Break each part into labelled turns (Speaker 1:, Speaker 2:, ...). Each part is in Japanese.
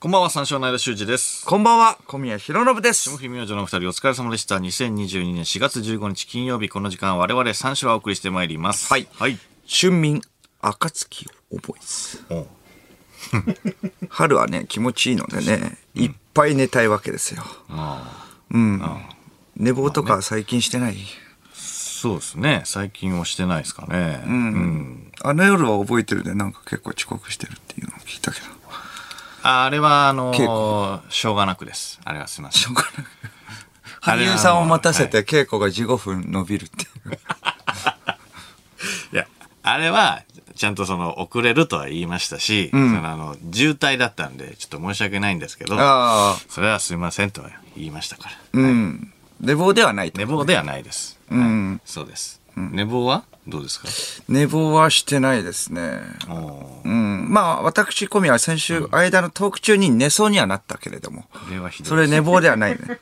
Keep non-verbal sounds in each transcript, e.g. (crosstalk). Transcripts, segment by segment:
Speaker 1: こんばんは、三章の間修二です。
Speaker 2: こんばんは、小宮弘信です。
Speaker 1: 霜降り明星のお二人お疲れ様でした。2022年4月15日金曜日、この時間我々三章はお送りしてまいります。
Speaker 2: はい
Speaker 1: はい。
Speaker 2: 春眠、暁を覚えず。
Speaker 1: おう
Speaker 2: 春はね、気持ちいいのでね、いっぱい寝たいわけですよ。
Speaker 1: ああ
Speaker 2: 寝坊とか最近してない。
Speaker 1: そうですね。最近はしてないですかね。うん
Speaker 2: あの夜は覚えてるで、なんか結構遅刻してるっていうのを聞いたけ
Speaker 1: (laughs)
Speaker 2: ど。
Speaker 1: ああれは、あの
Speaker 2: 稽
Speaker 1: ー、しょうがなくです。あれはすいません。あ
Speaker 2: 俳
Speaker 1: れは
Speaker 2: 優さんを待たせて稽古が15分伸びるっていう。
Speaker 1: いや、あれは、ちゃんとその、遅れるとは言いましたし、そのあの、渋滞だったんで、ちょっと申し訳ないんですけど、
Speaker 2: ああ、
Speaker 1: それはすいませんとは言いましたから。
Speaker 2: うん。寝坊ではないと。
Speaker 1: 寝坊ではないです。はいそうです。寝坊はどうですか
Speaker 2: 寝坊はしてないですね。
Speaker 1: お
Speaker 2: うん。まあ、私、小宮は先週、間のトーク中に寝そうにはなったけれども。
Speaker 1: これはひどい。
Speaker 2: それ寝坊ではない
Speaker 1: (laughs)
Speaker 2: ね。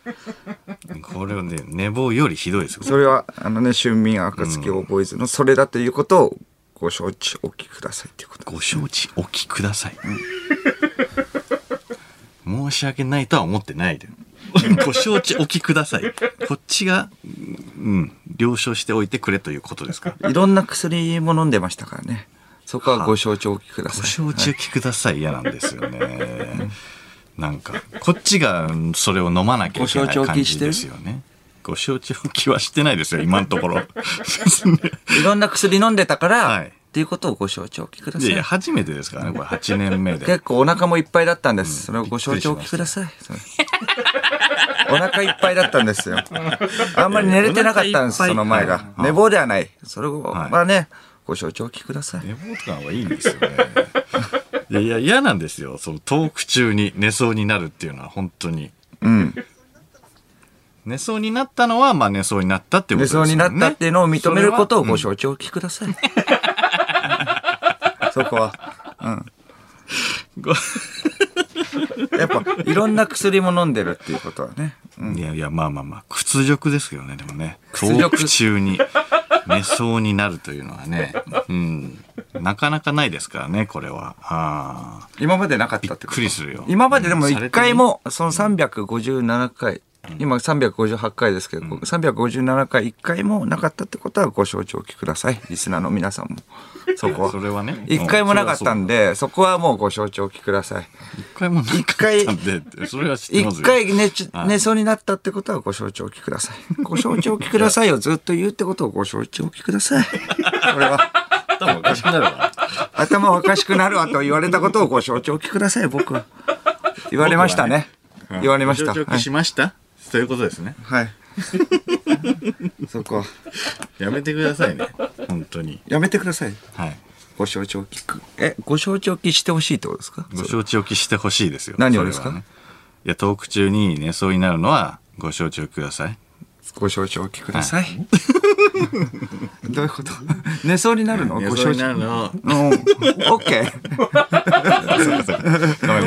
Speaker 1: これはね、寝坊よりひどいですよ。
Speaker 2: それは、あのね、春眠暁を覚えずのそれだということをご承知おきくださいっていうこと。
Speaker 1: ご承知おきください。申し訳ないとは思ってないで。ご承知おきください。こっちが、うん、了承しておいてくれということですか。
Speaker 2: いろんな薬も飲んでましたからね。そこはご承知おきくださ
Speaker 1: ご
Speaker 2: い。
Speaker 1: 承知おきください嫌なんですよね。なんか、こっちがうんそれを飲まなきゃいけない感じですよね。ご承知おきはしてないですよ、今のとこ (laughs) ろ。
Speaker 2: いろんな薬飲んでたから、
Speaker 1: はい
Speaker 2: っていうことをご承知おきくだ
Speaker 1: い
Speaker 2: さ
Speaker 1: や
Speaker 2: い。
Speaker 1: いや、初めてですからね、これ8年目で。
Speaker 2: 結構お腹もいっぱいだったんです。それを
Speaker 1: びっ
Speaker 2: ご
Speaker 1: く
Speaker 2: 承
Speaker 1: りし
Speaker 2: 知
Speaker 1: ま
Speaker 2: お
Speaker 1: した
Speaker 2: きください。それお腹いっぱいだったんですよ。あんまり寝れてなかったんです、
Speaker 1: いやいや
Speaker 2: その前
Speaker 1: お腹いっ
Speaker 2: が。
Speaker 1: ぱい
Speaker 2: 寝坊ではない。それは
Speaker 1: はい
Speaker 2: まあね、ご承知おきください。
Speaker 1: 寝坊とかの方がいいんですよね。いやいや、嫌なんですよ。そのトーク中に寝そうになるっていうのは本当に。
Speaker 2: うん。
Speaker 1: 寝そうになったのは、まあ寝そうになったっていうことで
Speaker 2: 寝
Speaker 1: す
Speaker 2: そ
Speaker 1: よ
Speaker 2: う
Speaker 1: ね。
Speaker 2: になったっていうのを認めることをご
Speaker 1: それは
Speaker 2: 承知おきください。 (laughs) そこは。
Speaker 1: うんご
Speaker 2: やっぱ、いろんな薬も飲んでるっていうことはね。
Speaker 1: いやいや、まあまあまあ、屈辱ですけどね、でもね。ト
Speaker 2: 屈
Speaker 1: ー
Speaker 2: 辱
Speaker 1: ク中に寝そうになるというのはね、うん。なかなかないですからね、これは。ああ。
Speaker 2: 今までなかったって
Speaker 1: びっく
Speaker 2: こと
Speaker 1: りするよ。
Speaker 2: 今まででも
Speaker 1: うんされて
Speaker 2: 一回も、その357回、今358回ですけど、357回一回もなかったってことはご承知おきください。リスナーの皆さんも。そこ
Speaker 1: それはね
Speaker 2: 一回もなかったんで、そこはもうご承知おきください。
Speaker 1: 一回もなかったんでって、それは知ってます
Speaker 2: 一
Speaker 1: よ。
Speaker 2: 回寝ち
Speaker 1: はい
Speaker 2: 寝そうになったってことはご承知おきくだ
Speaker 1: (laughs)
Speaker 2: さい。ご承知おきくださいをずっと言うってことをご承知おきください。これは
Speaker 1: 頭おかしくなるわ。
Speaker 2: 頭おかしくなるわと言われたことをご承知おきください、僕は。言われましたね。言われました。
Speaker 1: 承知お
Speaker 2: は
Speaker 1: き
Speaker 2: い。
Speaker 1: しました、ということですね。
Speaker 2: はい、そこは
Speaker 1: やめてくださいね。 (laughs) 本当に。
Speaker 2: やめてください。
Speaker 1: はい。
Speaker 2: ご承知おきく。え、ご承知おきしてほしいってことですか
Speaker 1: ご承知おきしてほしいですよ。
Speaker 2: 何をですか
Speaker 1: それはねいや、トーク中に寝そうになるのは、ご承知おきください。
Speaker 2: ご承知おきください。 (laughs) どういうこと寝そうになるのご承知。
Speaker 1: るの
Speaker 2: うん。オッケー。
Speaker 1: ごめんごめ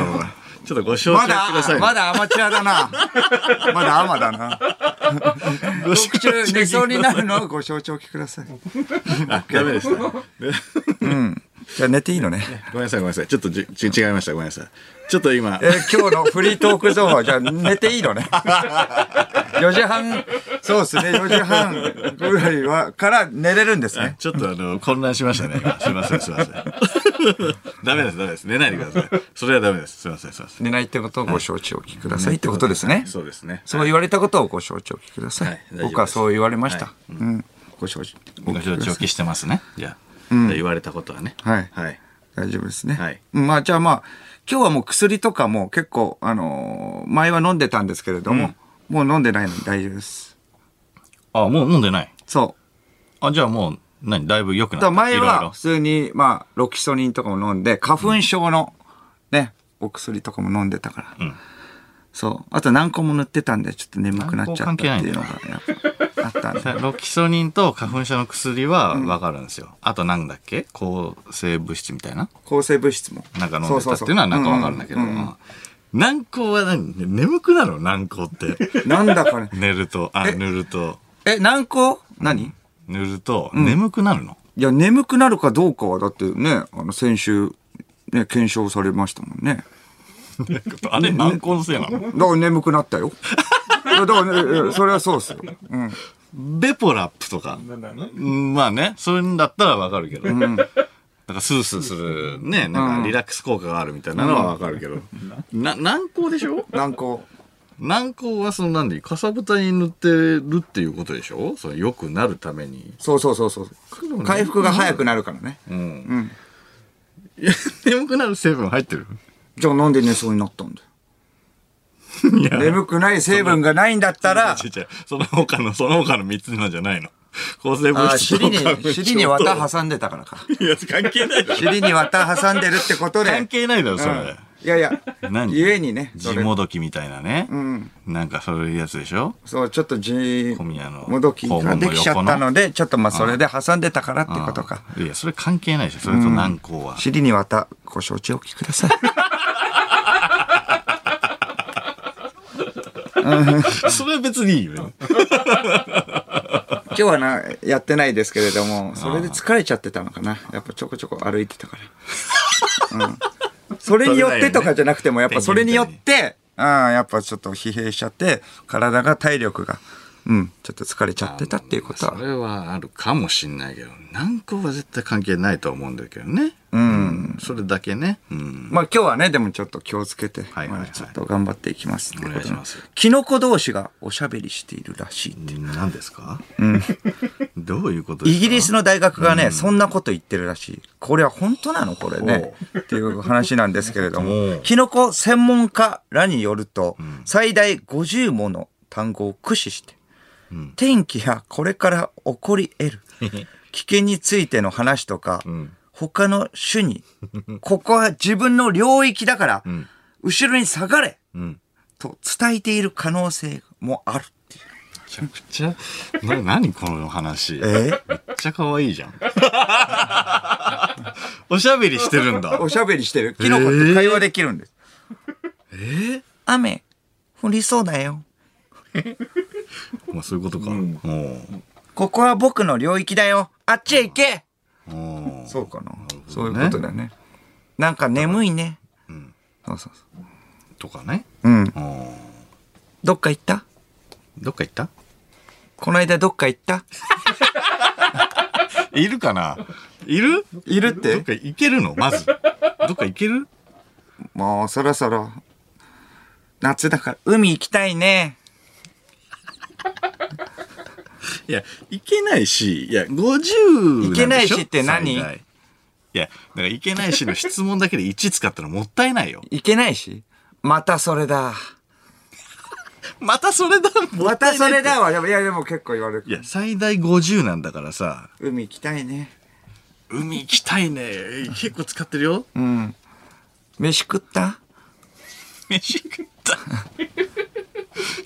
Speaker 1: んごめん。ちょっとご承知
Speaker 2: ま
Speaker 1: ください、
Speaker 2: だ、まだアマチュアだな。 (laughs) まだアマだな。
Speaker 1: ご承
Speaker 2: 特
Speaker 1: 知お
Speaker 2: 中
Speaker 1: き
Speaker 2: 寝そうになるの (laughs) をご承知おきください。
Speaker 1: あダメでした。ね
Speaker 2: うん。じゃあ寝ていいのね。
Speaker 1: ごめんなさい、ごめんなさい。ちょっとじち違いました、ごめんなさい。ちょっと今
Speaker 2: え、ー今日のフリートークゾーンは、じゃあ寝ていいのね。4時半、そうですね、4時半ぐらいは、から寝れるんですね。
Speaker 1: ちょっとあの、混乱しましたね、今。すいません、すいません。 (laughs) ダメです、ダメです。寝ないでください。それはダメです。すいません、すいません。
Speaker 2: 寝ないってことをご承知おきくださいってことですね。
Speaker 1: そうですね。
Speaker 2: そう言われたことをご承知おきください。
Speaker 1: はい大丈夫です
Speaker 2: 僕はそう言われました。
Speaker 1: は
Speaker 2: うん。ご承知お
Speaker 1: ご
Speaker 2: き
Speaker 1: 承
Speaker 2: くだ
Speaker 1: 知お
Speaker 2: さい。
Speaker 1: きしてますね。 (laughs) じゃあ、じゃあ言われたことはね。
Speaker 2: はい
Speaker 1: はい。
Speaker 2: 大丈夫ですね。
Speaker 1: はい
Speaker 2: うんまあ、じゃあまあ、今日はもう薬とかも結構、あのー前は飲んでたんですけれども、もう飲んでないので大丈夫です。
Speaker 1: あ、もう飲んでない。
Speaker 2: そう。
Speaker 1: あ、じゃあもう、何だいぶ良くな
Speaker 2: だ
Speaker 1: っ
Speaker 2: か
Speaker 1: た。
Speaker 2: ら前
Speaker 1: いろい
Speaker 2: は
Speaker 1: ろ
Speaker 2: 普通に、まあ、ロキソニンとかも飲んで、花粉症のね、お薬とかも飲んでたから。
Speaker 1: うん
Speaker 2: そう。あと軟膏も塗ってたんで、ちょっと眠くなっちゃったっていうのがやっぱあった
Speaker 1: (laughs)
Speaker 2: んで。
Speaker 1: ロキソニンと花粉症の薬は分かるんですよ。あとなんだっけ抗生物質みたいな
Speaker 2: 抗生物質も。
Speaker 1: なんか飲んでたっていうのはなんか分かるんだけど。
Speaker 2: ううう
Speaker 1: 軟膏は何眠くなるの軟膏って。
Speaker 2: (laughs) うんなん
Speaker 1: (laughs)
Speaker 2: だかね。
Speaker 1: 寝ると、あ、塗ると、
Speaker 2: え、軟膏何
Speaker 1: 塗ると、眠くなるの。
Speaker 2: いや、眠くなるかどうかは、だってね、あの、先週、ね、検証されましたもんね。
Speaker 1: あれ軟膏のせいなの
Speaker 2: だから眠くなったよ。いやだからね、いやそれはそうですよ。うん。
Speaker 1: ベポラップとかうんまあねそういうんだったらわかるけ
Speaker 2: (laughs)
Speaker 1: ど、なんかスースーするねなんかリラックス効果があるみたいなのはわかるけど、な軟膏でしょ
Speaker 2: 軟膏。
Speaker 1: 軟膏はその何かさぶたに塗ってるっていうことでしょそれ良くなるため
Speaker 2: (laughs)
Speaker 1: に、
Speaker 2: そうそうそうそう。回復が早くなるからね。
Speaker 1: うんいや眠くなる成分入ってる
Speaker 2: じゃあなんで寝そうになったんだよ。
Speaker 1: いや
Speaker 2: 眠くない成分がないんだったら、
Speaker 1: 違う違うその他のその他の3つのじゃないの抗生
Speaker 2: あ
Speaker 1: 物
Speaker 2: ー
Speaker 1: 質
Speaker 2: 尻
Speaker 1: とか
Speaker 2: に、尻に綿挟んでたからか。
Speaker 1: いや関係ない
Speaker 2: (laughs)
Speaker 1: だろ
Speaker 2: 尻に綿挟んでるってことで。
Speaker 1: 関係ないだろそれ、
Speaker 2: いやいや、
Speaker 1: 何
Speaker 2: ゆえにね、そ
Speaker 1: 地
Speaker 2: れ
Speaker 1: もどきみたいなね、
Speaker 2: ん
Speaker 1: なんかそういうやつでしょ
Speaker 2: そう、ちょっと地
Speaker 1: 小宮の
Speaker 2: もどきができちゃったので、ちょっとまあそれで挟んでたからってことか。
Speaker 1: いやそれ関係ないでしょそれと軟膏
Speaker 2: (laughs)
Speaker 1: は、
Speaker 2: 尻に綿、ご承知おきください。
Speaker 1: それは別にいいよ
Speaker 2: (laughs) 今日はな、やってないですけれども、それで疲れちゃってたのかな。やっぱちょこちょこ歩いてた (laughs) から。うん、それによってとかじゃなくても、やっぱそれによって、うん、やっぱちょっと疲弊しちゃって、体が体力が、うん、ちょっと疲れちゃってたっていうこ
Speaker 1: (laughs) そ
Speaker 2: とは。
Speaker 1: れはあるかもしんないけど軟膏は絶対関係ないとは思うんだけどねうんそれだけねうん
Speaker 2: まあ今日はね、でもちょっと気をつけて、
Speaker 1: はいはいはい
Speaker 2: まあちょっと頑張っていきますんで
Speaker 1: お願いします
Speaker 2: キノコ同士がおしゃべりしているらしいって。
Speaker 1: 何ですか、どういうことです
Speaker 2: イ
Speaker 1: か
Speaker 2: ギリスの大学がね、そんなこと言ってるらしい。これは本当なのこれね。っていう話なんですけれ
Speaker 1: (laughs)
Speaker 2: ど
Speaker 1: お
Speaker 2: も
Speaker 1: う、
Speaker 2: キノコ専門家らによると、最大50もの単語を駆使して、天気やこれから起こり
Speaker 1: (laughs)
Speaker 2: 得る危険についての話とか、他の種に、
Speaker 1: (laughs)
Speaker 2: ここは自分の領域だから、後ろに下がれ
Speaker 1: ん
Speaker 2: と伝えている可能性もあるっていう。
Speaker 1: めちゃくちゃな何この話めっ
Speaker 2: え
Speaker 1: ちゃ可愛いじゃん (laughs) おしゃべりしてるんだ
Speaker 2: おしゃべりしてる。キノコって会話できるんです。え雨、降りそうだよ。
Speaker 1: まあそういうことか、
Speaker 2: ここは僕の領域だよ。あっちへ行け
Speaker 1: おうおう
Speaker 2: そうかな。
Speaker 1: そういうことだ
Speaker 2: ね。なんか眠いね。そうそうそ
Speaker 1: とかね
Speaker 2: う。うん。
Speaker 1: おう
Speaker 2: どっか行った
Speaker 1: どっか行った
Speaker 2: この間どっか行った
Speaker 1: いるかないる
Speaker 2: いるっ
Speaker 1: どっか行けるのまずどっか行ける
Speaker 2: もうそろそろ、夏だから海行きたいね。
Speaker 1: いや、いけないし、いや、50
Speaker 2: いけないしって
Speaker 1: なんで
Speaker 2: 何
Speaker 1: ょ最大いや、だからいけないしの質問だけで1使ったらもったいないよ。
Speaker 2: 行けないし。またそれだ。
Speaker 1: またそれだも
Speaker 2: ま
Speaker 1: った
Speaker 2: た
Speaker 1: いない
Speaker 2: そ
Speaker 1: って
Speaker 2: れだわ。いや、でも結構言われる。
Speaker 1: いや、最大50なんだからさ、
Speaker 2: 海行きたいね。
Speaker 1: 海行きたいね。結構使ってるよ。
Speaker 2: うん。飯食った
Speaker 1: (laughs) 飯食 (laughs) った。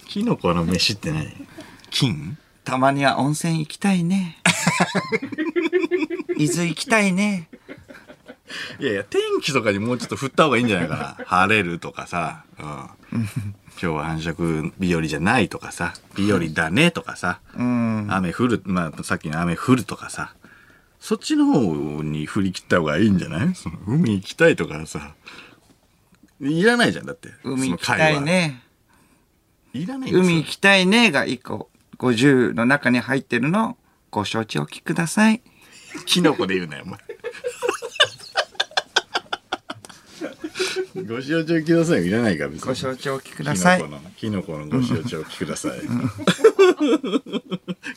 Speaker 1: キノコの飯って何金
Speaker 2: たまには温泉行きたい (laughs) ね。伊豆行きたいね。
Speaker 1: いやいや、天気とかにもうちょっと振った方がいいんじゃないかな。晴れるとかさ、うん。今日は繁殖日和じゃないとかさ、日和だねとかさ。
Speaker 2: うん。
Speaker 1: 雨降る、まあ、さっきの雨降るとかさ、そっちの方に振り切った方がいいんじゃないその海行きたいとかさ、いらないじゃん、だって。
Speaker 2: 海
Speaker 1: そ
Speaker 2: 行
Speaker 1: の
Speaker 2: きた
Speaker 1: 会
Speaker 2: い
Speaker 1: 話。
Speaker 2: ね。
Speaker 1: いらないよ
Speaker 2: 海行きたいねが一個、50の中に入ってるの、ご承知おきください。
Speaker 1: それキノコで言うなよ、お前。ご承知をください。いらないから、別
Speaker 2: ご承知おきく
Speaker 1: く
Speaker 2: ださい。
Speaker 1: キノコの、キノコのご承知をください。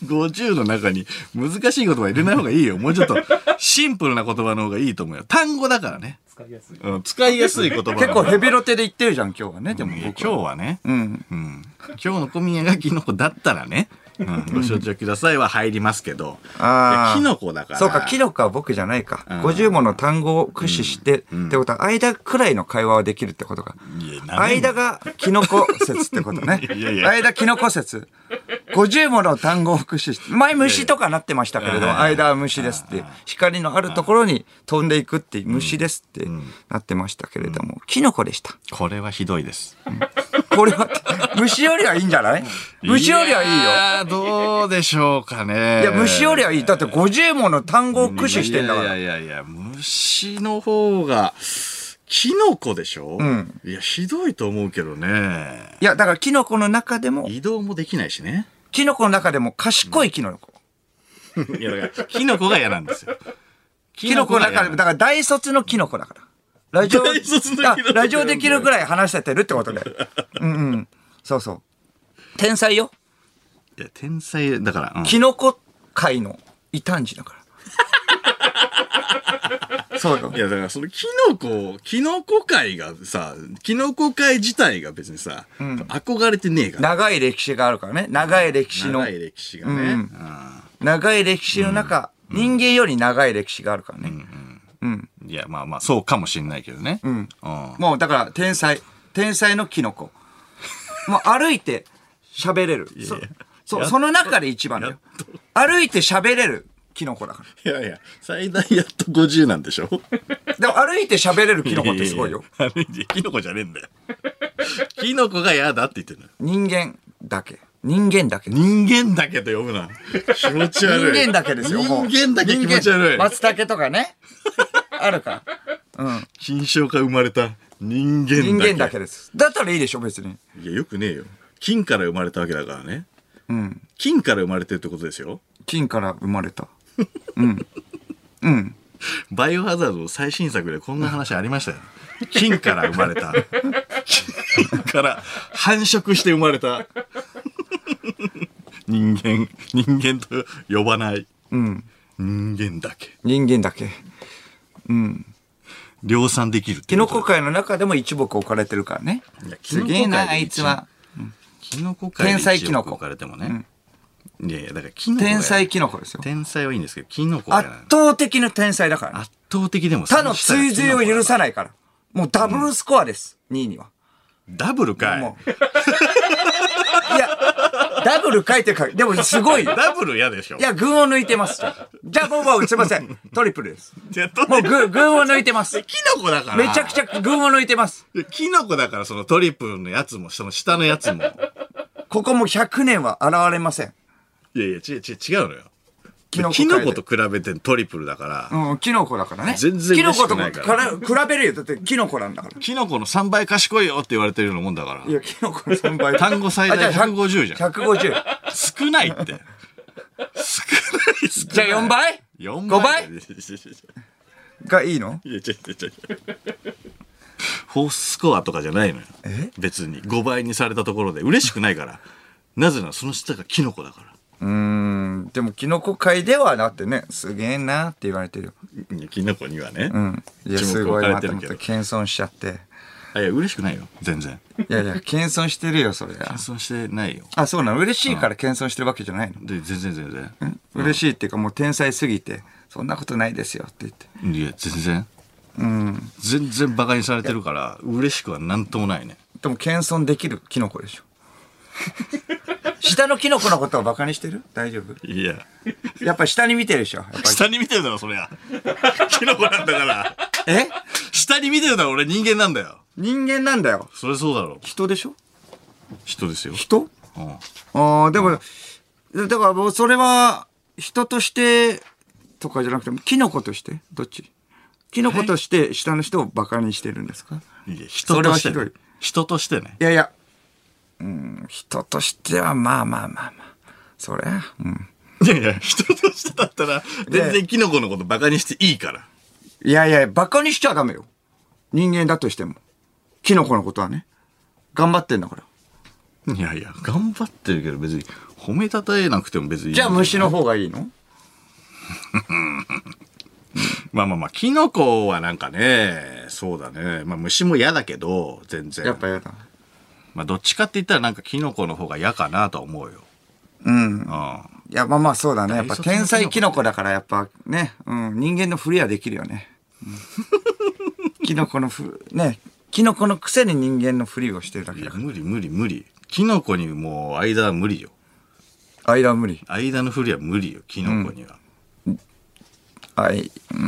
Speaker 1: 50の中に難しい言葉入れない方がいいよ。もうちょっとシンプルな言葉の方がいいと思うよ。単語だからね。
Speaker 3: 使いやすい。
Speaker 1: うん使いやすい言葉
Speaker 2: 結構ヘビロテで言ってるじゃん、今日はね。でも
Speaker 1: いや今
Speaker 2: 僕
Speaker 1: 日
Speaker 2: は。
Speaker 1: はね、
Speaker 2: うん。
Speaker 1: うん、今日の小宮がキノコだったらね、うん、ご承知くださいは入りますけど
Speaker 2: あ
Speaker 1: いや
Speaker 2: ー
Speaker 1: キノコだから
Speaker 2: そうか、キノコは僕じゃないか。50もの単語を駆使して、ってことは、間くらいの会話はできるってことか。
Speaker 1: いやなめんな
Speaker 2: 間がキノコ説ってことね
Speaker 1: (laughs) いやいや
Speaker 2: 間キノコ説50もの単語を駆使して前虫とかなってましたけれども間は虫ですって光のあるところに飛んでいくって虫ですってなってましたけれどもキノコでした
Speaker 1: これはひどいです (laughs)
Speaker 2: これは虫よりはいいんじゃない虫よりはいいよ
Speaker 1: やーどうでしょうかね
Speaker 2: いや虫よりはいいだって50もの単語を駆使してんだか
Speaker 1: い
Speaker 2: ら
Speaker 1: やいやいやいや虫の方がキノコでしょ、
Speaker 2: ん
Speaker 1: いや、ひどいと思うけどね。
Speaker 2: いや、だからキノコの中でも、
Speaker 1: 移動もできないしね。
Speaker 2: キノコの中でも賢いキノコ。
Speaker 1: いや、だから、キノコが嫌なんですよ。
Speaker 2: キノコの
Speaker 1: が嫌
Speaker 2: 中
Speaker 1: な
Speaker 2: で
Speaker 1: ん
Speaker 2: も、
Speaker 1: で
Speaker 2: だから大卒のキノコだから。ラジオ、
Speaker 1: 大卒のキノコ
Speaker 2: あラジオできるぐらい話せてるってこ
Speaker 1: (laughs)
Speaker 2: とで。うんうん。そうそう。天才よ。
Speaker 1: いや、天才、だから、うん
Speaker 2: キノコ界の異端児だから。そうよ
Speaker 1: い。やだからそのキノコ、キノコ界がさ、キノコ界自体が別にさ、憧れてねえから。
Speaker 2: 長い歴史があるからね。長い歴史の
Speaker 1: 長、い歴史がね。
Speaker 2: うん長い歴史の中、人間より長い歴史があるからね。
Speaker 1: うんいや、まあまあ、そうかもしんないけどね。うん。
Speaker 2: もうだから天才。天才のキノコ。もう歩いて喋れる。そそう、その中で一番だよ。歩いて喋れるキノコだか
Speaker 1: いやいや、最大やっと50なんでしょ
Speaker 2: ら。でも歩いて喋れるキノコってす
Speaker 1: (laughs)
Speaker 2: ごいよ。。
Speaker 1: やややあれキノコじゃねえ (laughs) んだよ。キノコが嫌だって言ってるのよ
Speaker 2: 人間だけ。人間だけ。人
Speaker 1: 人間だけと呼ぶな。気持ち悪い。
Speaker 2: 間だけですよ。もう
Speaker 1: 人間だけ気持ち悪
Speaker 2: 人
Speaker 1: い
Speaker 2: 間。松茸と
Speaker 1: (laughs)
Speaker 2: かね。あるから。うん。
Speaker 1: 金賞から生まれた人間だけ。
Speaker 2: 人間だけです。だったらいいでしょ、別に。
Speaker 1: いや、よくねえよ。金から生まれたわけだからね。
Speaker 2: うん。
Speaker 1: 金から生まれてるってことですよ。
Speaker 2: 金から生まれた。
Speaker 1: バイオハザードの最新作でこんな話ありましたよ。金から生まれた。金から繁殖して生まれた。人間、人間と呼ばない。
Speaker 2: うん。
Speaker 1: 人間だけ。
Speaker 2: 人間だけ。
Speaker 1: 量産できるって
Speaker 2: キ
Speaker 1: こ
Speaker 2: ノ
Speaker 1: と
Speaker 2: コ界の中でも一目置かれてるからね。
Speaker 1: いやキ
Speaker 2: す
Speaker 1: ノコ界
Speaker 2: げえな、あいつは。
Speaker 1: キノコ界で
Speaker 2: 天才キノコ
Speaker 1: 一億置かれてもね。いやいや、だからキノコが
Speaker 2: 天才キノコですよ。
Speaker 1: 天才はいいんですけど、キノコが
Speaker 2: 圧倒的な天才だからね。
Speaker 1: 圧倒的でも
Speaker 2: 他の追随を許
Speaker 1: い。
Speaker 2: さないから。もうダブルスコアです、2位には。
Speaker 1: ダブルかい
Speaker 2: も。う。 (laughs) いや、ダブル書いてるか、でもすごいよ。
Speaker 1: ダブル嫌でしょ。
Speaker 2: いや、群を抜いてます。じゃあ、僕は打ちません。トリプルです。
Speaker 1: いや、と
Speaker 2: もう群、群を抜いてます。
Speaker 1: キノコだから。
Speaker 2: めちゃくちゃ群を抜いてます。
Speaker 1: いやキノコだから、そのトリプルのやつも、その下のや (laughs) つも。
Speaker 2: ここも100年は現れません。
Speaker 1: いやいや、ち、ち、違うのよ。
Speaker 2: キノコ
Speaker 1: キ
Speaker 2: 界
Speaker 1: ノ
Speaker 2: で
Speaker 1: コと比べてトリプルだから、
Speaker 2: うん、キノコだからね。
Speaker 1: 全然
Speaker 2: キノ
Speaker 1: 嬉し
Speaker 2: コ
Speaker 1: く
Speaker 2: と
Speaker 1: な
Speaker 2: か
Speaker 1: いから
Speaker 2: 比べるよ。だってキノコなんだから。
Speaker 1: キノコの3倍賢いよって言われてるようなもんだから
Speaker 2: い。や、キノコの3
Speaker 1: (laughs)
Speaker 2: 倍。
Speaker 1: 単語最大
Speaker 2: あじゃあ
Speaker 1: 150じゃん
Speaker 2: 150。
Speaker 1: 少ないって。少ない、少ない。
Speaker 2: じゃあ4倍
Speaker 1: ?4 倍
Speaker 2: 5倍がいいの
Speaker 1: いや、ちょ、ちょ、ちょ。フォースコアとかじゃないのよ。別に。5倍にされたところで嬉しくないから。なぜならその下がキノコだから。
Speaker 2: うーん。でも、キノコ界ではだってね、すげえなって言われてるよ。
Speaker 1: いやキノコにはね。
Speaker 2: うん。いや、
Speaker 1: 一目
Speaker 2: すごい
Speaker 1: 置か
Speaker 2: な
Speaker 1: れて
Speaker 2: と
Speaker 1: る
Speaker 2: 思っ
Speaker 1: け
Speaker 2: て
Speaker 1: ど
Speaker 2: 謙遜しちゃって。
Speaker 1: あいや、嬉しくないよ。全然。
Speaker 2: いやいや、謙遜してるよ、それが。
Speaker 1: 発想してないよ。
Speaker 2: あ、そうなの嬉しいから謙遜してるわけじゃないの。
Speaker 1: で、全然全然。
Speaker 2: 嬉しいっていうか、もう天才すぎて、そんなことないですよって言って。
Speaker 1: いや、全然。うん。全然バカにされてるから、嬉しくはなんともないね。
Speaker 2: でも謙遜できるキノコで
Speaker 1: (laughs)
Speaker 2: しょ。下のキノコのことをバカにしてる大丈夫
Speaker 1: いや。
Speaker 2: やっぱ下に見てるでしょやっぱり
Speaker 1: 下に見てるだろ、そりゃ。キノコなんだから。
Speaker 2: え
Speaker 1: 下に見てるだろ、俺人間なんだよ。
Speaker 2: 人間なんだよ。
Speaker 1: それそうだろ。
Speaker 2: 人でしょ
Speaker 1: 人ですよ。
Speaker 2: 人
Speaker 1: うん。
Speaker 2: ああ、でも、だからもうそれは、人としてとかじゃなくても、キノコとしてどっちキノコとして下の人をバカにしてるんですか
Speaker 1: いや、人として
Speaker 2: それ
Speaker 1: ね
Speaker 2: はひどい。
Speaker 1: 人としてね。
Speaker 2: いやいや、うん、人としてはまあまあまあまあ。それうん。
Speaker 1: いやいや、人としてだったら、全然キノコのことバカにしていいから。
Speaker 2: いやいや、バカにしちゃダメよ。人間だとしても。キノコのことはね。頑張ってんだから。
Speaker 1: いやいや、頑張ってるけど別に、褒めたたえなくても別にいい。
Speaker 2: じゃあ虫の方がいいの
Speaker 1: まあまあまあ、キノコはなんかね、そうだね。まあ虫も嫌だけど、全然。
Speaker 2: やっぱやだ。
Speaker 1: まあどっちかって言ったらなんかキノコの方が嫌かなとは思うよ。
Speaker 2: うん。
Speaker 1: うん。
Speaker 2: いや、まあまあそうだね。やっ
Speaker 1: 大卒の
Speaker 2: ぱ
Speaker 1: キノコ
Speaker 2: 天才キノコだからやっぱね、うん、人間のふりはできるよね。うん (laughs) キノコのふ、ね、キノコのくせに人間のふりをしてるだけ
Speaker 1: いや、
Speaker 2: だから。
Speaker 1: 無理無理無理。キノコにもう間は無理よ。
Speaker 2: アイラ無理。
Speaker 1: 間の振りは無理よ、キノコには。
Speaker 2: アイ、うー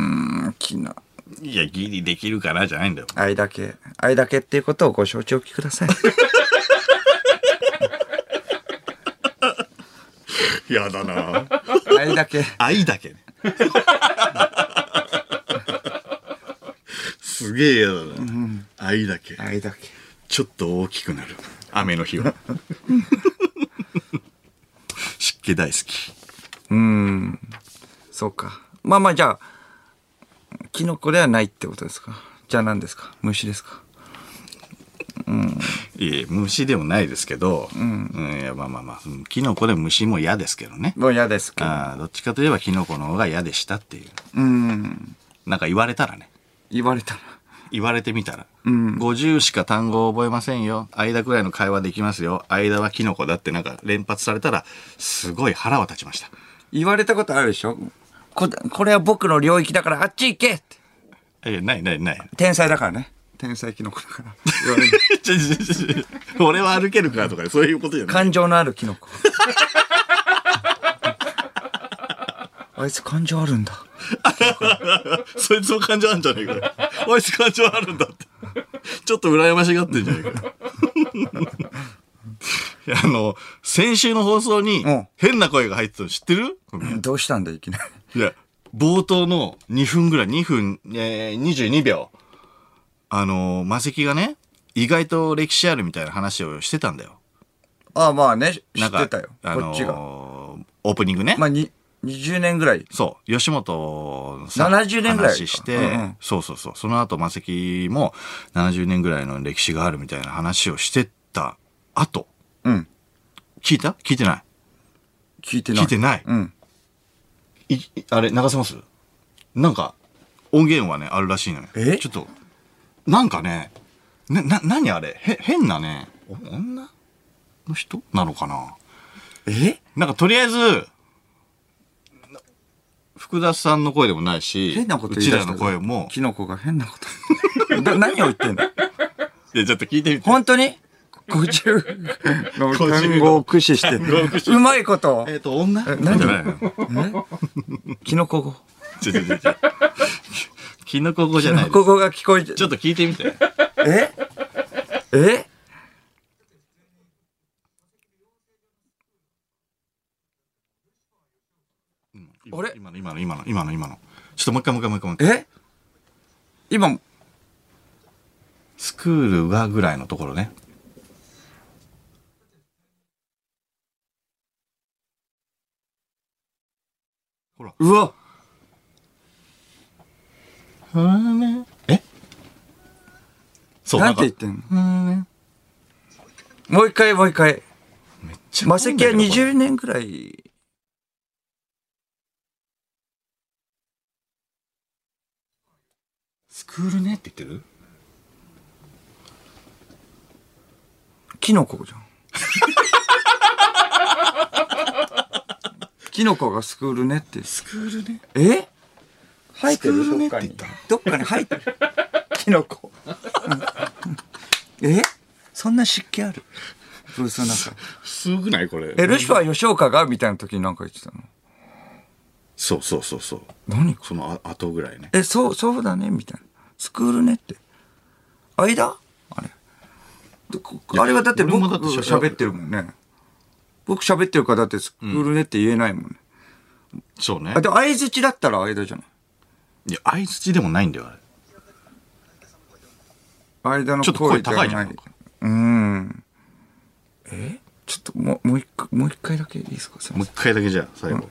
Speaker 2: ん、キノ、
Speaker 1: いや、ギリできるかなじゃないんだよ。
Speaker 2: アイだけ、アイだけっていうことをご承知おきください。
Speaker 1: (laughs) 嫌だな
Speaker 2: アイだけ。
Speaker 1: 愛だけね。 (laughs) すげえ嫌だな、愛だけ
Speaker 2: 愛だけ。
Speaker 1: ちょっと大きくなる雨の日は (laughs) 湿気大好き
Speaker 2: うん。そうか。まあまあ、じゃあ、キノコではないってことですか。じゃあ何ですか虫ですか
Speaker 1: いえ虫でもないですけど、うんいやまあまあまあうんキノコでも虫も嫌ですけどね
Speaker 2: もう嫌ですけど。
Speaker 1: あーどっちかといえばキノコの方が嫌でしたっていう
Speaker 2: うん。
Speaker 1: なんか言われたらね
Speaker 2: 言われたら。
Speaker 1: 言われてみたら、50しか単語を覚えませんよ間くらいの会話できますよ間はキノコだってなんか連発されたらすごい腹は立ちました
Speaker 2: 言われたことあるでしょここれは僕の領域だからあっち行けって
Speaker 1: えないないない (laughs)
Speaker 2: 天才だからね。天才キノコだから。言われる
Speaker 1: ちょちょちょちょ俺は歩けるかとかそういうことじゃない
Speaker 2: (laughs) 感情のあるキノコ。 (laughs) あいつ感情あるんだ。 (laughs)
Speaker 1: そいつも感情あるんじゃねえか。 (laughs) あいつ感情あるんだって。 (laughs) ちょっと羨ましがってんじゃねえか。 (laughs) いやあの、先週の放送に
Speaker 2: うん
Speaker 1: 変な声が入ってたの知ってる
Speaker 2: どうしたんだいきなり。
Speaker 1: いや、冒頭の2分ぐらい、2分、えー、22秒。あの、魔石がね、意外と歴史あるみたいな話をしてたんだよ。
Speaker 2: ああまあね、知
Speaker 1: な
Speaker 2: っ
Speaker 1: んか
Speaker 2: てたよ。
Speaker 1: あの
Speaker 2: こっちが。
Speaker 1: オープニングね。
Speaker 2: まあに20年ぐらい。
Speaker 1: そう、吉本のさ
Speaker 2: 70年ぐらい
Speaker 1: 話して、
Speaker 2: うんうん
Speaker 1: そうそうそう、その後、マセキも70年ぐらいの歴史があるみたいな話をしてた後、
Speaker 2: うん。
Speaker 1: 聞いた聞いてな
Speaker 2: 聞いて
Speaker 1: い
Speaker 2: ない。
Speaker 1: 聞いてない、
Speaker 2: うん。
Speaker 1: いいあれ、流せますなんか、音源はね、あるらしいのよ。
Speaker 2: え
Speaker 1: ちょっと、なんかね、な、な、何あれへ、変なね、お女の人なのかな
Speaker 2: え
Speaker 1: なんかとりあえず、福田さんの声でもないし、
Speaker 2: 変なこと
Speaker 1: う
Speaker 2: 言い
Speaker 1: ち
Speaker 2: 出
Speaker 1: ら
Speaker 2: した
Speaker 1: の声も、
Speaker 2: キノコが変なこと (laughs) 言ってるだ何を言ってんだ
Speaker 1: いや、ちょっと聞いてみて。
Speaker 2: 本当に50の
Speaker 1: 50
Speaker 2: 単語を駆使してうまいこと
Speaker 1: えっ、と、女
Speaker 2: え何
Speaker 1: じゃない (laughs) の
Speaker 2: キノコ語
Speaker 1: ちょちょちょちょ。キノコ語じゃ
Speaker 2: キ
Speaker 1: ない
Speaker 2: ノ
Speaker 1: です
Speaker 2: コ語が聞こえて
Speaker 1: ちょっと聞いてみて。
Speaker 2: ええあれ
Speaker 1: 今の今の今の今の今の。ちょっともう一回もう一回もう一回もう一回。
Speaker 2: え今
Speaker 1: スクールがぐらいのところね。
Speaker 2: うわ
Speaker 1: えそう、
Speaker 2: なんて言っ
Speaker 1: か
Speaker 2: てんのもう一回もう一回
Speaker 1: めっちゃ
Speaker 2: マセキは
Speaker 1: 怖いんだけど
Speaker 2: 20年ぐらい
Speaker 1: スクールねって言ってる
Speaker 2: キノコじゃ
Speaker 1: (laughs)
Speaker 2: んキノコがスクールねって
Speaker 1: スクールね
Speaker 2: え生えてる
Speaker 1: スクールね
Speaker 2: ど
Speaker 1: っ
Speaker 2: ってか
Speaker 1: 言っ
Speaker 2: に
Speaker 1: た。
Speaker 2: どっかに生えてる。 (laughs) キノコ。えそんな湿気あるブースの中。
Speaker 1: すごくないこれ。
Speaker 2: え、ルシファー吉岡がみたいな時に何か言ってたの
Speaker 1: そうそうそうそう。
Speaker 2: 何
Speaker 1: そのあ後ぐらいね。
Speaker 2: え、そう、そうだねみたいな。スクールねって。間あれ。どこ
Speaker 1: いや
Speaker 2: あれはだって
Speaker 1: 俺
Speaker 2: 僕
Speaker 1: も
Speaker 2: が
Speaker 1: だってしゃ
Speaker 2: 喋ってるもんね。僕喋ってるからだってスクールねって言えないもんね。
Speaker 1: そうね
Speaker 2: あ、。でも相づちだったら間じゃない。
Speaker 1: いや、相づちでもないんだよ、あれ。
Speaker 2: 間の
Speaker 1: ちょっと声
Speaker 2: 声で
Speaker 1: 高
Speaker 2: はい
Speaker 1: じゃ
Speaker 2: ない
Speaker 1: ん。
Speaker 2: うん。えちょっともう、もう一回、もう一回だけいいですかすい
Speaker 1: も
Speaker 2: ま
Speaker 1: う一回だけじゃあ、最後。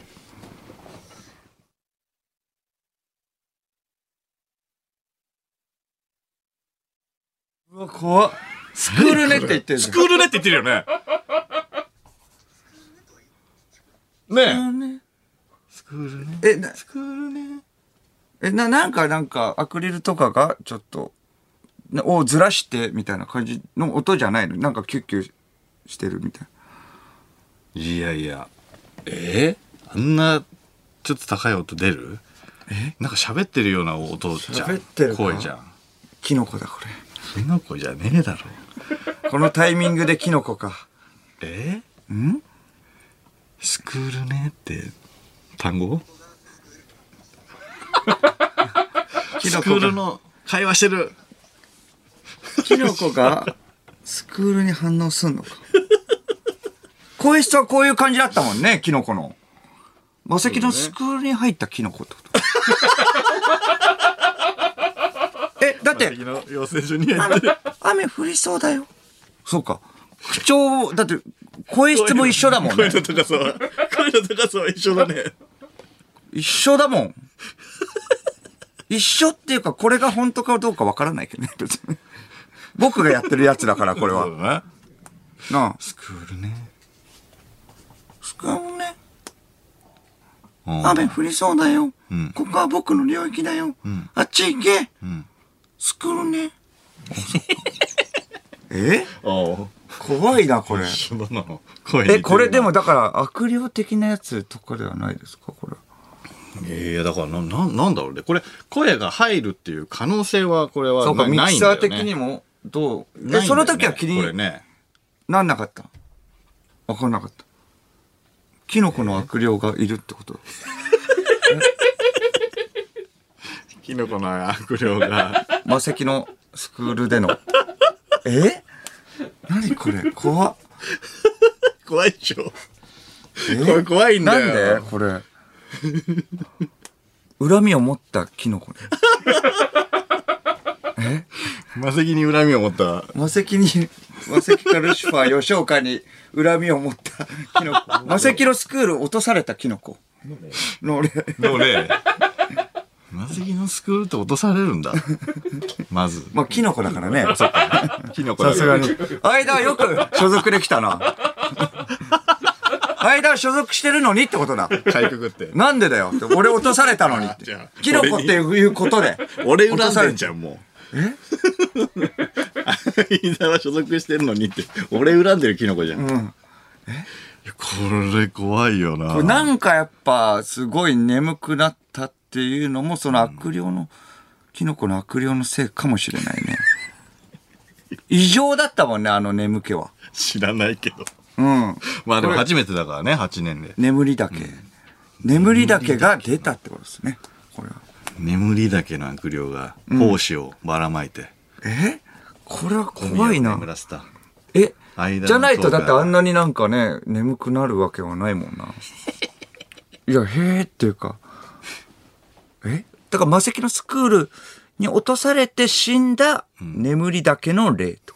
Speaker 2: せんうわ、怖っ。スクールねって言ってるじゃ
Speaker 1: ス
Speaker 2: ん。
Speaker 1: クールねって言ってるよね。ねえ。
Speaker 2: ルね。
Speaker 1: スクールね。
Speaker 2: え、な、
Speaker 1: スクールね。
Speaker 2: え、な、なんか、なんか、アクリルとかが、ちょっと、なをずらして、みたいな感じの音じゃないのなんか、キュッキュしてるみたい
Speaker 1: いやいや。えーあんな、ちょっと高い音出るえなんか喋ってるような音じゃん。
Speaker 2: 喋ってるか
Speaker 1: 声じゃん。
Speaker 2: な。キノコだ、こ
Speaker 1: キノコじゃねえだろ。
Speaker 2: れ。このタイミングでキノコか。
Speaker 1: え
Speaker 2: ん
Speaker 1: スクールねって単語
Speaker 2: キ
Speaker 1: ス
Speaker 2: ノ
Speaker 1: ク
Speaker 2: コ
Speaker 1: ール
Speaker 2: が、
Speaker 1: の会話してる。
Speaker 2: キノコが、スクールに反応すんのか。声質はこういう感じだったもんね、キノコの。マセキのスクールに入ったキノコってこと。え、だっって
Speaker 1: 的な養成所にやってる。
Speaker 2: 雨降りそうだよ。そうか。口調、だって、声質も一緒だもん
Speaker 1: 声
Speaker 2: ね。
Speaker 1: の高さは、声の高さは一緒だね。
Speaker 2: 一緒だもん。一緒っていうか、これが本当かどうかわからないけどね、別に。僕がやってるやつだから、これは。
Speaker 1: は。
Speaker 2: なあ。
Speaker 1: スクールね。
Speaker 2: スカウね、
Speaker 1: うん
Speaker 2: 雨降りそうだよ。
Speaker 1: ん
Speaker 2: ここは僕の領域だよ。あっち行け。スクー
Speaker 1: (laughs)
Speaker 2: ルね。え
Speaker 1: あ
Speaker 2: 怖いな、これ
Speaker 1: あ、一緒だな。声似てる
Speaker 2: え、
Speaker 1: な
Speaker 2: これで。もだから悪霊的なやつとかではないですか、これ。
Speaker 1: ええ、だから、な、ななんだろうね。これ、声が入るっていう可能性は、これは
Speaker 2: そうか、
Speaker 1: な
Speaker 2: ミ
Speaker 1: ない
Speaker 2: キ
Speaker 1: んだ
Speaker 2: サ
Speaker 1: よ
Speaker 2: ー
Speaker 1: ね。
Speaker 2: 的にも、どう、
Speaker 1: ないんだよ
Speaker 2: え、
Speaker 1: ね
Speaker 2: その時は気
Speaker 1: これ
Speaker 2: に
Speaker 1: ね。
Speaker 2: なんなかったわかんなかった。キノコの悪霊がいるってこと。
Speaker 1: キノコの悪霊が。
Speaker 2: 魔石のスクールでの。え何これ怖っ。
Speaker 1: (laughs) 怖いでしょ。
Speaker 2: え
Speaker 1: これ怖いんだよ。
Speaker 2: なんでこれ。恨みを持ったキノコね。
Speaker 1: 魔石に恨みを持った。
Speaker 2: 魔石に、魔石かルシファー、吉岡に恨みを持ったキノ (laughs) コ。魔石のスクール落とされたキノコ。の俺。
Speaker 1: で俺、魔石のスクールって落とされるんだ。まず。
Speaker 2: まあ、キノコだから (laughs) ね。
Speaker 1: キノコ
Speaker 2: さ
Speaker 1: だ
Speaker 2: すがに。間はよく所属できた (laughs) な。間は所属してるのにってことだ。
Speaker 1: 開局って。
Speaker 2: なんでだよって。俺落とされたのにって
Speaker 1: じゃあ。
Speaker 2: キノコっていうことで。
Speaker 1: 俺
Speaker 2: 落と
Speaker 1: 恨ん
Speaker 2: さ
Speaker 1: で
Speaker 2: れ
Speaker 1: んじゃん、もう。え (laughs) 飯沢は所属してるのにって、俺恨んでるキノコじゃん。い
Speaker 2: ん
Speaker 1: やこれ怖いよな。
Speaker 2: なんかやっぱすごい眠くなったっていうのもその悪霊の、キノコの悪霊のせいかもしれないね。異常だったもんね、あの眠気は。
Speaker 1: 知らないけど。
Speaker 2: うん。
Speaker 1: まあでも
Speaker 2: これ
Speaker 1: 初めてだからね、8年で。
Speaker 2: 眠りだけ。眠りだけが出たってことですね。これは。
Speaker 1: 眠りだけの悪霊が、胞子をばらまいて。
Speaker 2: えこれは怖い
Speaker 1: 海を
Speaker 2: な
Speaker 1: 眠。らせた。
Speaker 2: え
Speaker 1: 間の
Speaker 2: じゃないと
Speaker 1: 塔が
Speaker 2: だってあんなになんかね、眠くなるわけはないもん
Speaker 1: (laughs)
Speaker 2: な。いや、へーっていうか。えだから魔石のスクールに落とされて死んだ眠りだけの霊と。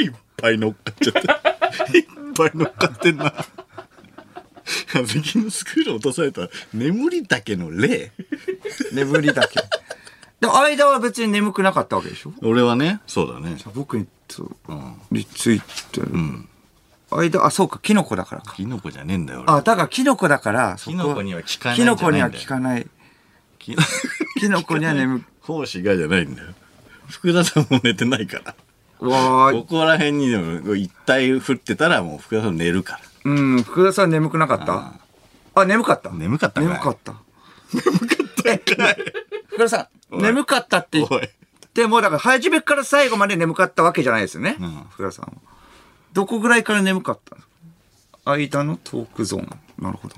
Speaker 1: いっぱい乗っかっちゃ (laughs) った。いっぱい乗っかってんな。あずきのスクール落とされた眠りだけの霊
Speaker 2: 眠りだけ。で、間は別に眠くなかったわけでしょ
Speaker 1: (laughs) 俺はね、そうだね。
Speaker 2: 僕につ
Speaker 1: うん。
Speaker 2: について、
Speaker 1: ん
Speaker 2: 間、あ、そうか、キノコだからか。
Speaker 1: キノコじゃねえんだよ、俺。
Speaker 2: あ、だからキノコだから、そ
Speaker 1: キ
Speaker 2: こは
Speaker 1: ノコには効かない
Speaker 2: キ
Speaker 1: んじゃないんだ
Speaker 2: ノコ
Speaker 1: よ。
Speaker 2: には効かない。
Speaker 1: キノコ
Speaker 2: (laughs) キノコには眠く。
Speaker 1: 講師がじゃないんだよ。福田さんも寝てないから。
Speaker 2: うわー
Speaker 1: ここら辺にでも一体降ってたらもう福田さん寝るか
Speaker 2: うん、福田さん眠くなかったあ、眠かった
Speaker 1: ら。眠かったから。
Speaker 2: 眠かった。え福田さん、眠かったって言っ
Speaker 1: おい。
Speaker 2: ても、だから初めから最後まで眠かったわけじゃないですよね。
Speaker 1: ん
Speaker 2: 福田さんは。どこぐらいから眠かったんですか間のトークゾーン。なるほど。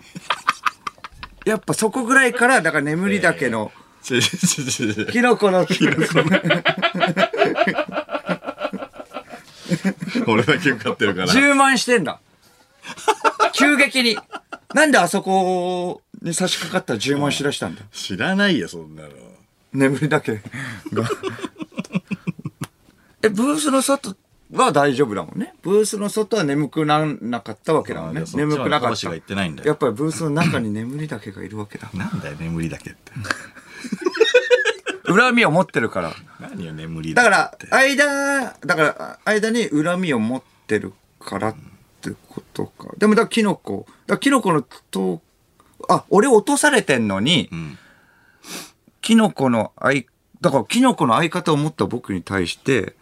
Speaker 2: やっぱそこぐらいから、だから眠りだけの、
Speaker 1: ちょちょちょちょちょ
Speaker 2: キノコの、
Speaker 1: 俺だけ受かって (laughs) るから。
Speaker 2: 充満してんだ。急激に。なんであそこに差し掛かったら充満しだしたんだ
Speaker 1: 知らないよ、そんなの。
Speaker 2: 眠りだけが。 (laughs) え、ブースの外は大丈夫だもんね。ブースの外は眠くならなかったわけだもんね
Speaker 1: あ。じゃあ
Speaker 2: 眠くなか
Speaker 1: そっちは
Speaker 2: った。
Speaker 1: 講師が言ってないんだよ。
Speaker 2: やっぱりブースの中に眠りだ (laughs) けがいるわけだ
Speaker 1: なんだよ、眠りだけって。
Speaker 2: 恨みを持ってるから。
Speaker 1: 何よ、眠り
Speaker 2: だ
Speaker 1: だ
Speaker 2: か
Speaker 1: け
Speaker 2: ら
Speaker 1: って。、
Speaker 2: 間、だから、間に恨みを持ってるからってことか。でも、だからキノコ。だからキノコのと、あ、俺落とされてんのに、
Speaker 1: ん
Speaker 2: キノコの相、だからキノコの相方を持った僕に対して、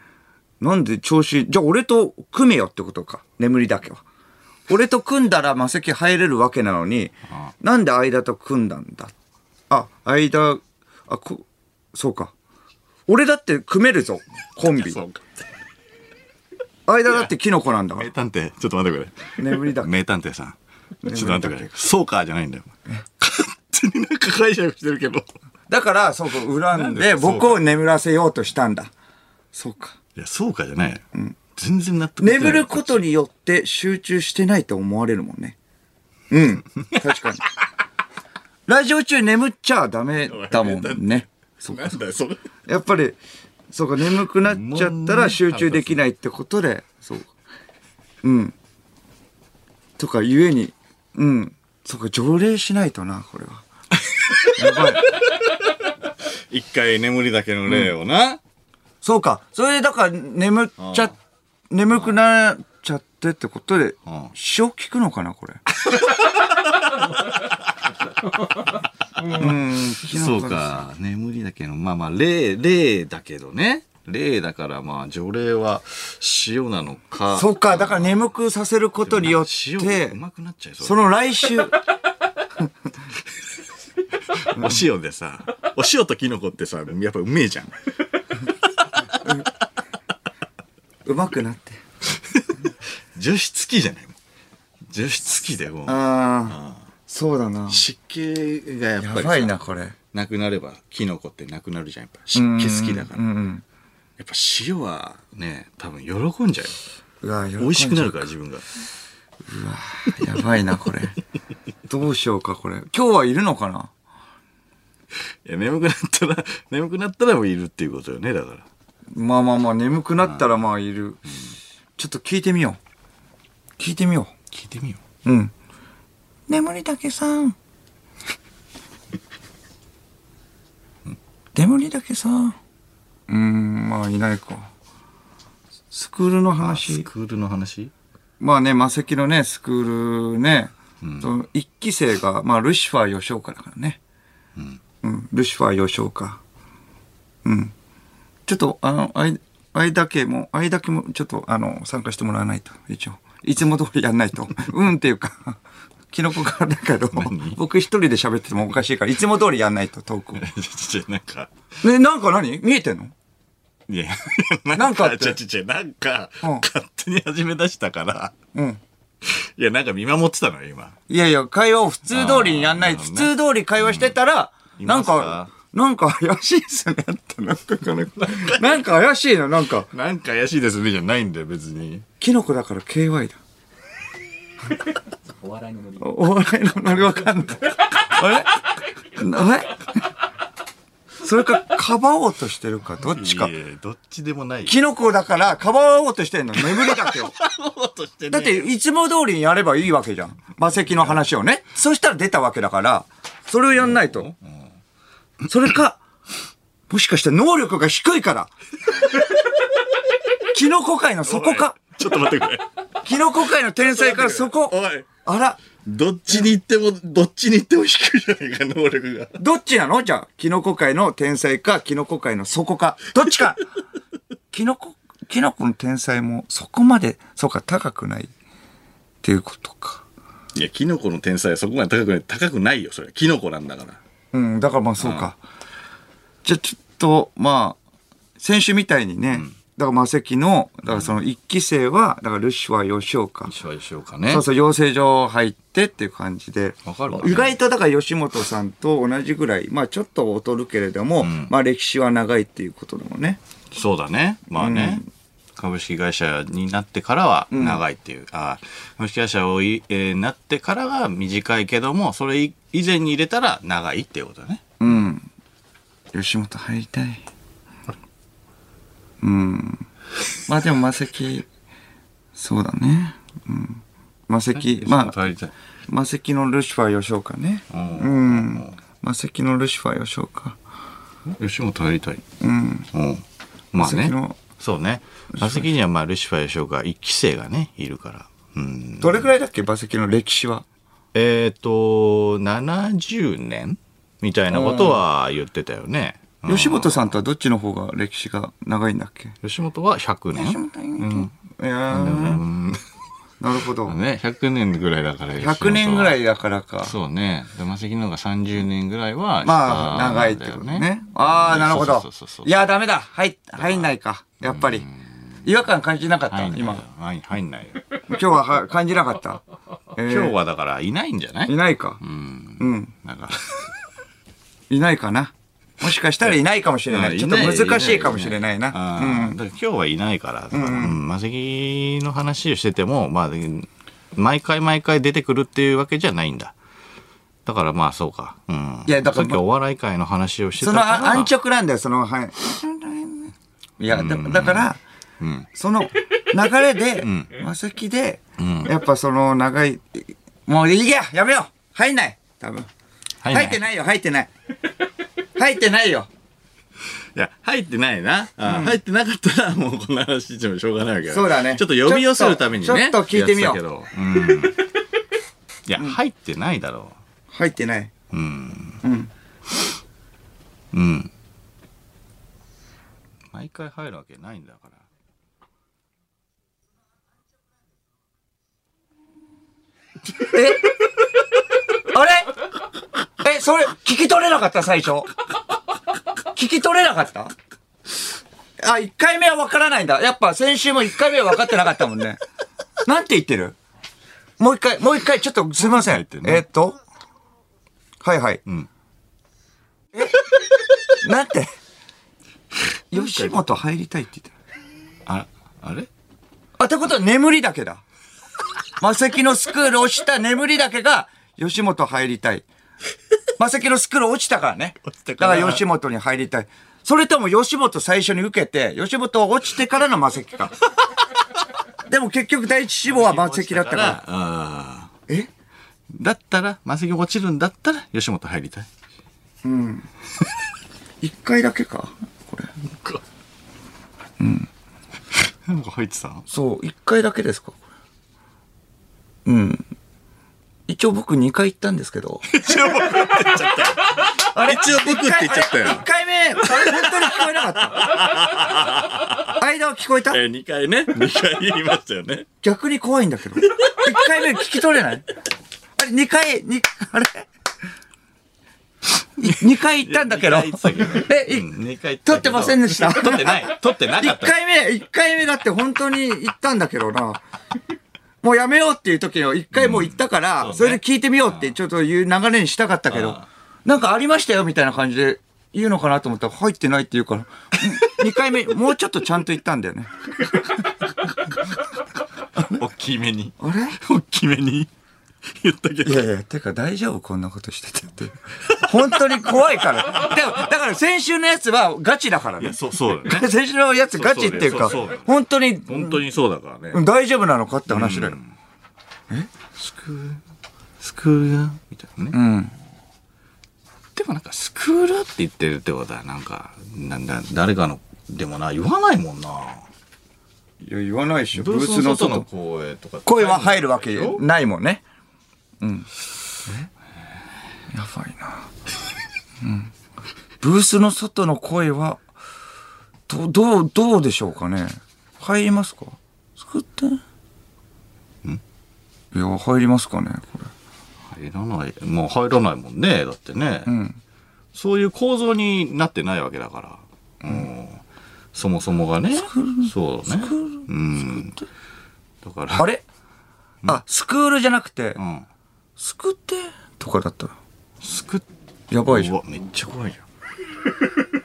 Speaker 2: なんで調子、じゃあ俺と組めよってことか。眠りだけは。俺と組んだら魔石入れるわけなのに、なんで間と組んだんだあ、間、あ、こ、そうか。俺だって組めるぞ、コン
Speaker 1: (laughs)
Speaker 2: ビ。
Speaker 1: そうか。
Speaker 2: 間だってキノコなんだか
Speaker 1: 名探偵、ちょっと待ってく
Speaker 2: ら。眠りだ
Speaker 1: れ。
Speaker 2: け。
Speaker 1: 名探偵さん。ちょっと待ってくれ。そうか、じゃないんだよ。勝手になんか解釈してるけど。
Speaker 2: だから、そうか、恨んで、
Speaker 1: なんでそうか
Speaker 2: 僕を眠らせようとしたんだ。そうか。
Speaker 1: いや、そうかじゃない。全然納得いってない
Speaker 2: 眠ることによって集中してないと思われるもんね。うん。確かに。ラジオ中眠っちゃダメだもんね。
Speaker 1: なんだよそれ
Speaker 2: やっぱり、そうか、眠くなっちゃったら集中できないってことで、そう。うん。とか、ゆえに、うん。そうか、条例しないとな、これは。やばい。
Speaker 1: 一回眠りだけの例をな、
Speaker 2: そうか。それで、だから、眠っちゃ、眠くなっちゃってってことで
Speaker 1: ん、
Speaker 2: 詩を聞くのかな、これ。うん、聞く
Speaker 1: そ
Speaker 2: の
Speaker 1: う。か眠りだけのまあまあ例例だけどね例だからまあ条例は塩なのか
Speaker 2: そうか、だから眠くさせることによっ
Speaker 1: 塩が
Speaker 2: て
Speaker 1: う、まくなっちゃいそう
Speaker 2: その来週、
Speaker 1: (laughs) お塩でさお塩とキノコってさやっぱうめえじゃん
Speaker 2: うまくなって。
Speaker 1: 除湿器じゃない除湿器でもう
Speaker 2: ああ、そうだな。
Speaker 1: 湿気がやっぱり
Speaker 2: や
Speaker 1: さ
Speaker 2: ばいな、これ。
Speaker 1: なくなればキノコってなくなるじゃんやっぱ湿気好きだから
Speaker 2: う
Speaker 1: や
Speaker 2: んうん。
Speaker 1: っぱ塩はね多分喜んじゃうよ
Speaker 2: うわ、喜んじゃう
Speaker 1: 美味しくなるから自分が
Speaker 2: やばいな、これ。どうしようか、これ。今日はいるのかない
Speaker 1: や眠くなったら (laughs) 眠くなったらもういるっていうことよねだから
Speaker 2: まあまあまあ、眠くなったらまあいる。ちょっと聞いてみよう。聞いてみよ
Speaker 1: 聞いてみよう
Speaker 2: う。うん。眠りだけさん。眠りだけさん。うーん、まあいないか。スクールの
Speaker 1: あス
Speaker 2: 話。
Speaker 1: クールの話
Speaker 2: まあね、魔石のね、スクールね、その一期生が、まあ、ルシファー吉岡だからね。うん。ルシファー吉岡。うん。ちょっと、あの、あい、あいだけも、あいだけも、ちょっと、あの、参加してもらわないと、一応。いつも通りやんない (laughs) と。うんっていうか、キノコからだけど、僕一人で喋っててもおかしいから、いつも通りやんないと、トークを。
Speaker 1: (laughs) ちょちょなんか
Speaker 2: ね、なんか何見えてんの
Speaker 1: いや
Speaker 2: (laughs) なんかって
Speaker 1: ちょちょちょなんか、
Speaker 2: うん
Speaker 1: 勝手に始め出したから
Speaker 2: うん。
Speaker 1: いやなんか見守ってたのよ今
Speaker 2: いやいや、会話を普通通りにやんない。
Speaker 1: あー
Speaker 2: 普通通り会話してたら、
Speaker 1: うん
Speaker 2: なん
Speaker 1: い
Speaker 2: か
Speaker 1: ま、
Speaker 2: なんか怪しいっすねって、なんかこの、なん (laughs) か怪しいな、なんか。
Speaker 1: なんか怪しいですねじゃないんだよ別に
Speaker 2: キノコだから KY だ。お笑いのノリわかんない。あれあれそれか、かばおうとしてるか、どっちか
Speaker 1: い。やどっちでもない
Speaker 2: キノコだから、かばおうとしてんの、眠りだけを。
Speaker 1: ノとしてね
Speaker 2: だって、いつも通りにやればいいわけじゃん。馬石の話をね。そしたら出たわけだから、それをやんないと。それか、もしかして能力が低
Speaker 1: (laughs)
Speaker 2: いから。キノコ界の底か。
Speaker 1: ちょっと待ってくれ
Speaker 2: キノコ界の天才からそこ。
Speaker 1: おい
Speaker 2: あら、
Speaker 1: どっちに行ってもどっちに行っても低いじゃないか能力が
Speaker 2: どっちなのじゃあ、キノコ界の天才か、キノコ界の底か。どっちかキノコ、キノコの天才もそこまで、そうか、高くない。っていうことか。
Speaker 1: いやキノコの天才はそこまで高くない高くないよそれキノコなんだから
Speaker 2: うん、だからまあそうか。じゃあちょっと、まあ、先週みたいにね、だから魔石の、だからその一期生は、だからルシファー吉岡。
Speaker 1: 一緒しようかね
Speaker 2: そうそう、養成所入ってっていう感じで。
Speaker 1: わかるわ
Speaker 2: 意外とだから吉本さんと同じぐらい、まあちょっと劣るけれども、まあ歴史は長いっていうことだもんね。
Speaker 1: そうだね。まあね。株式会社になってからは長いっていう。あ株式会社をい、えーなってからは短いけども、それ以以前に入れたら長いっていうことだね。
Speaker 2: うん。吉本入りたい。うん。まあでも魔石、そうだね。うん。魔石、まあ、
Speaker 1: 入りたい。
Speaker 2: 魔石のルシファー吉岡ね。
Speaker 1: う。
Speaker 2: うんん。魔石のルシファー吉岡。
Speaker 1: 吉本入りたい。
Speaker 2: うん。
Speaker 1: うん。まあ
Speaker 2: 魔石
Speaker 1: ね。
Speaker 2: の
Speaker 1: そうね。馬石にはまあ、ルシファー吉岡一期生がね、いるから。うん。
Speaker 2: どれくらいだっけ魔石の歴史は。
Speaker 1: えっ、と、70年みたいなことは言ってたよね。うん
Speaker 2: 吉本さんとはどっちの方が歴史が長いんだっけ
Speaker 1: 吉本は100年。
Speaker 2: うん。いや
Speaker 1: う
Speaker 2: ー
Speaker 1: ん。
Speaker 2: なるほど。
Speaker 1: ね、100年ぐらいだから。
Speaker 2: 100年ぐら
Speaker 1: い。
Speaker 2: いだからか。
Speaker 1: そうね。で、マセキの方が30年ぐらいは、
Speaker 2: まあ、
Speaker 1: 下
Speaker 2: 長いってことね。ああ、なるほ
Speaker 1: そ
Speaker 2: ど
Speaker 1: うそうそうそ。う
Speaker 2: いや、ダメだ。入、入んないか。やっぱり。違和感感じなかった
Speaker 1: 入ん、ないよ
Speaker 2: 今。。
Speaker 1: 入入んないよ。
Speaker 2: 今日はは感じなか
Speaker 1: (laughs)
Speaker 2: った。えー
Speaker 1: 今日はだから、いないんじゃない
Speaker 2: いないか。
Speaker 1: うん。
Speaker 2: うん。
Speaker 1: だか
Speaker 2: いないかな。もしかしたらいないかもしれ
Speaker 1: ら。 (laughs)
Speaker 2: ない。ちょっと難しいかもしれないな。
Speaker 1: うん。だから今日はいないから、だから、うんマセキの話をしてても、まあ、毎回毎回出てくるっていうわけじゃないんだだからまあそうか、うん、
Speaker 2: いやだから
Speaker 1: さっきお笑い界の話をしてた
Speaker 2: そ
Speaker 1: か
Speaker 2: の
Speaker 1: ら
Speaker 2: あ安直なんだよ、その、はい。いや、だだから、その流れで、マセキで、やっぱその長い、もういいや、やめよう入んない多分。
Speaker 1: 入んない
Speaker 2: 入ってないよ、入ってない。入ってないよ。
Speaker 1: いや、入ってないな。あ入ってなかったら、もうこんな話してもしょうがないわけ
Speaker 2: そうだね
Speaker 1: ちょっと呼び寄せるためにね。
Speaker 2: ちょっとちょっと聞いてみよう
Speaker 1: やってたけどうんいや、入ってないだろ
Speaker 2: 入ってない。
Speaker 1: う。うん。
Speaker 2: うん。
Speaker 1: うん。毎回入るわけないんだから。
Speaker 2: あれえ、それ、聞き取れなかった、最初。聞き取れなかったあ、1回目は分からないんだ。やっぱ先週も1回目は分かってなかったもんね。なんて言ってるもう一回、もう一回、ちょっとすいません。
Speaker 1: 入っ
Speaker 2: え
Speaker 1: てんの
Speaker 2: ーっと。はいはい。
Speaker 1: ん
Speaker 2: えなんて。 (laughs) 吉本入りたいって言ってる。
Speaker 1: あ、あれ
Speaker 2: あ、ってことは眠りだけだ。マセキのスクール落ちた眠りだけが、吉本入りたい。マセキのスクール落ちたからね。
Speaker 1: 落ちたから
Speaker 2: だから吉本に入りたい。それとも吉本最初に受けて、吉本落ちてからのマセキか。でも結局第一志望はマセキだったから。
Speaker 1: あー
Speaker 2: え
Speaker 1: だったら、マセキ落ちるんだったら、吉本入りたい。
Speaker 2: 一回だけかこれ。
Speaker 1: なんか入ってたの
Speaker 2: そう、一回だけですかこれうん。一応僕二回行ったんですけど。
Speaker 1: 一応僕って言っちゃったよ。あれ一応僕って言っちゃったよ。
Speaker 2: 1回目、これ本当に聞こえなかった。間は聞こえた
Speaker 1: え、2回ね。2回言いましたよね。
Speaker 2: 逆に怖いんだけど。1回目聞き取れないあれ、2回、に、あれ ?2 回行ったんだけど。
Speaker 1: (laughs) いや二回行ってたけど
Speaker 2: え、い
Speaker 1: うん二回行った
Speaker 2: 撮っ
Speaker 1: け
Speaker 2: て
Speaker 1: ど
Speaker 2: ませんでした。
Speaker 1: 撮ってない。撮ってなかっ
Speaker 2: 1
Speaker 1: た。
Speaker 2: 回目、一回目だって本当に行ったんだけどな。もうやめようっていう時の1回もう行ったから、
Speaker 1: うん
Speaker 2: そ
Speaker 1: そうね
Speaker 2: れで聞いてみようってちょっという流れにしたかったけど、なんかありましたよみたいな感じで言うのかなと思ったら入ってないって言うから、2回目、もうちょっとちゃんと行ったんだよね。
Speaker 1: 大きめに。
Speaker 2: あれ
Speaker 1: (laughs) 大きめに言ったけ
Speaker 2: い
Speaker 1: ど。
Speaker 2: やいや、てか大丈夫こんなことしててって。本当に怖いから。でも、だから先週のやつはガチだから
Speaker 1: い
Speaker 2: ね
Speaker 1: や、。そう、そうだよね。
Speaker 2: 先週のやつガチっていうか、
Speaker 1: そうそうそうそう
Speaker 2: 本当に
Speaker 1: 本当にそうだから
Speaker 2: うん
Speaker 1: ね。
Speaker 2: 大丈夫なのかって話だよ。
Speaker 1: スクール、スクールがみたいなね。
Speaker 2: うん
Speaker 1: でもなんか、スクールって言ってるってことは、なんか、なんだ、誰かの、でもな、言わないもんな。
Speaker 2: いや、言わないでしょ。
Speaker 1: ブ
Speaker 2: ブー
Speaker 1: ー
Speaker 2: ス
Speaker 1: ス
Speaker 2: の
Speaker 1: の外の
Speaker 2: 外。
Speaker 1: 声とか。
Speaker 2: 声は入るわけ
Speaker 1: でしょ
Speaker 2: ないもんね。うん。やばいな。うん。ブースの外の声は、ど、どう、どうでしょうかね。入りますか作って。んいや、入りますかね、これ。
Speaker 1: 入らない、もう入らないもんね、だってね。
Speaker 2: うん。
Speaker 1: そういう構造になってないわけだから。うん。そもそもがね。そうだね。うん。だから。
Speaker 2: あれあ、スクールじゃなくて
Speaker 1: う、ん。
Speaker 2: すくってとかだ (laughs) ったら、
Speaker 1: すくっ
Speaker 2: やばいじゃ。
Speaker 1: うんわめっちゃ怖いじ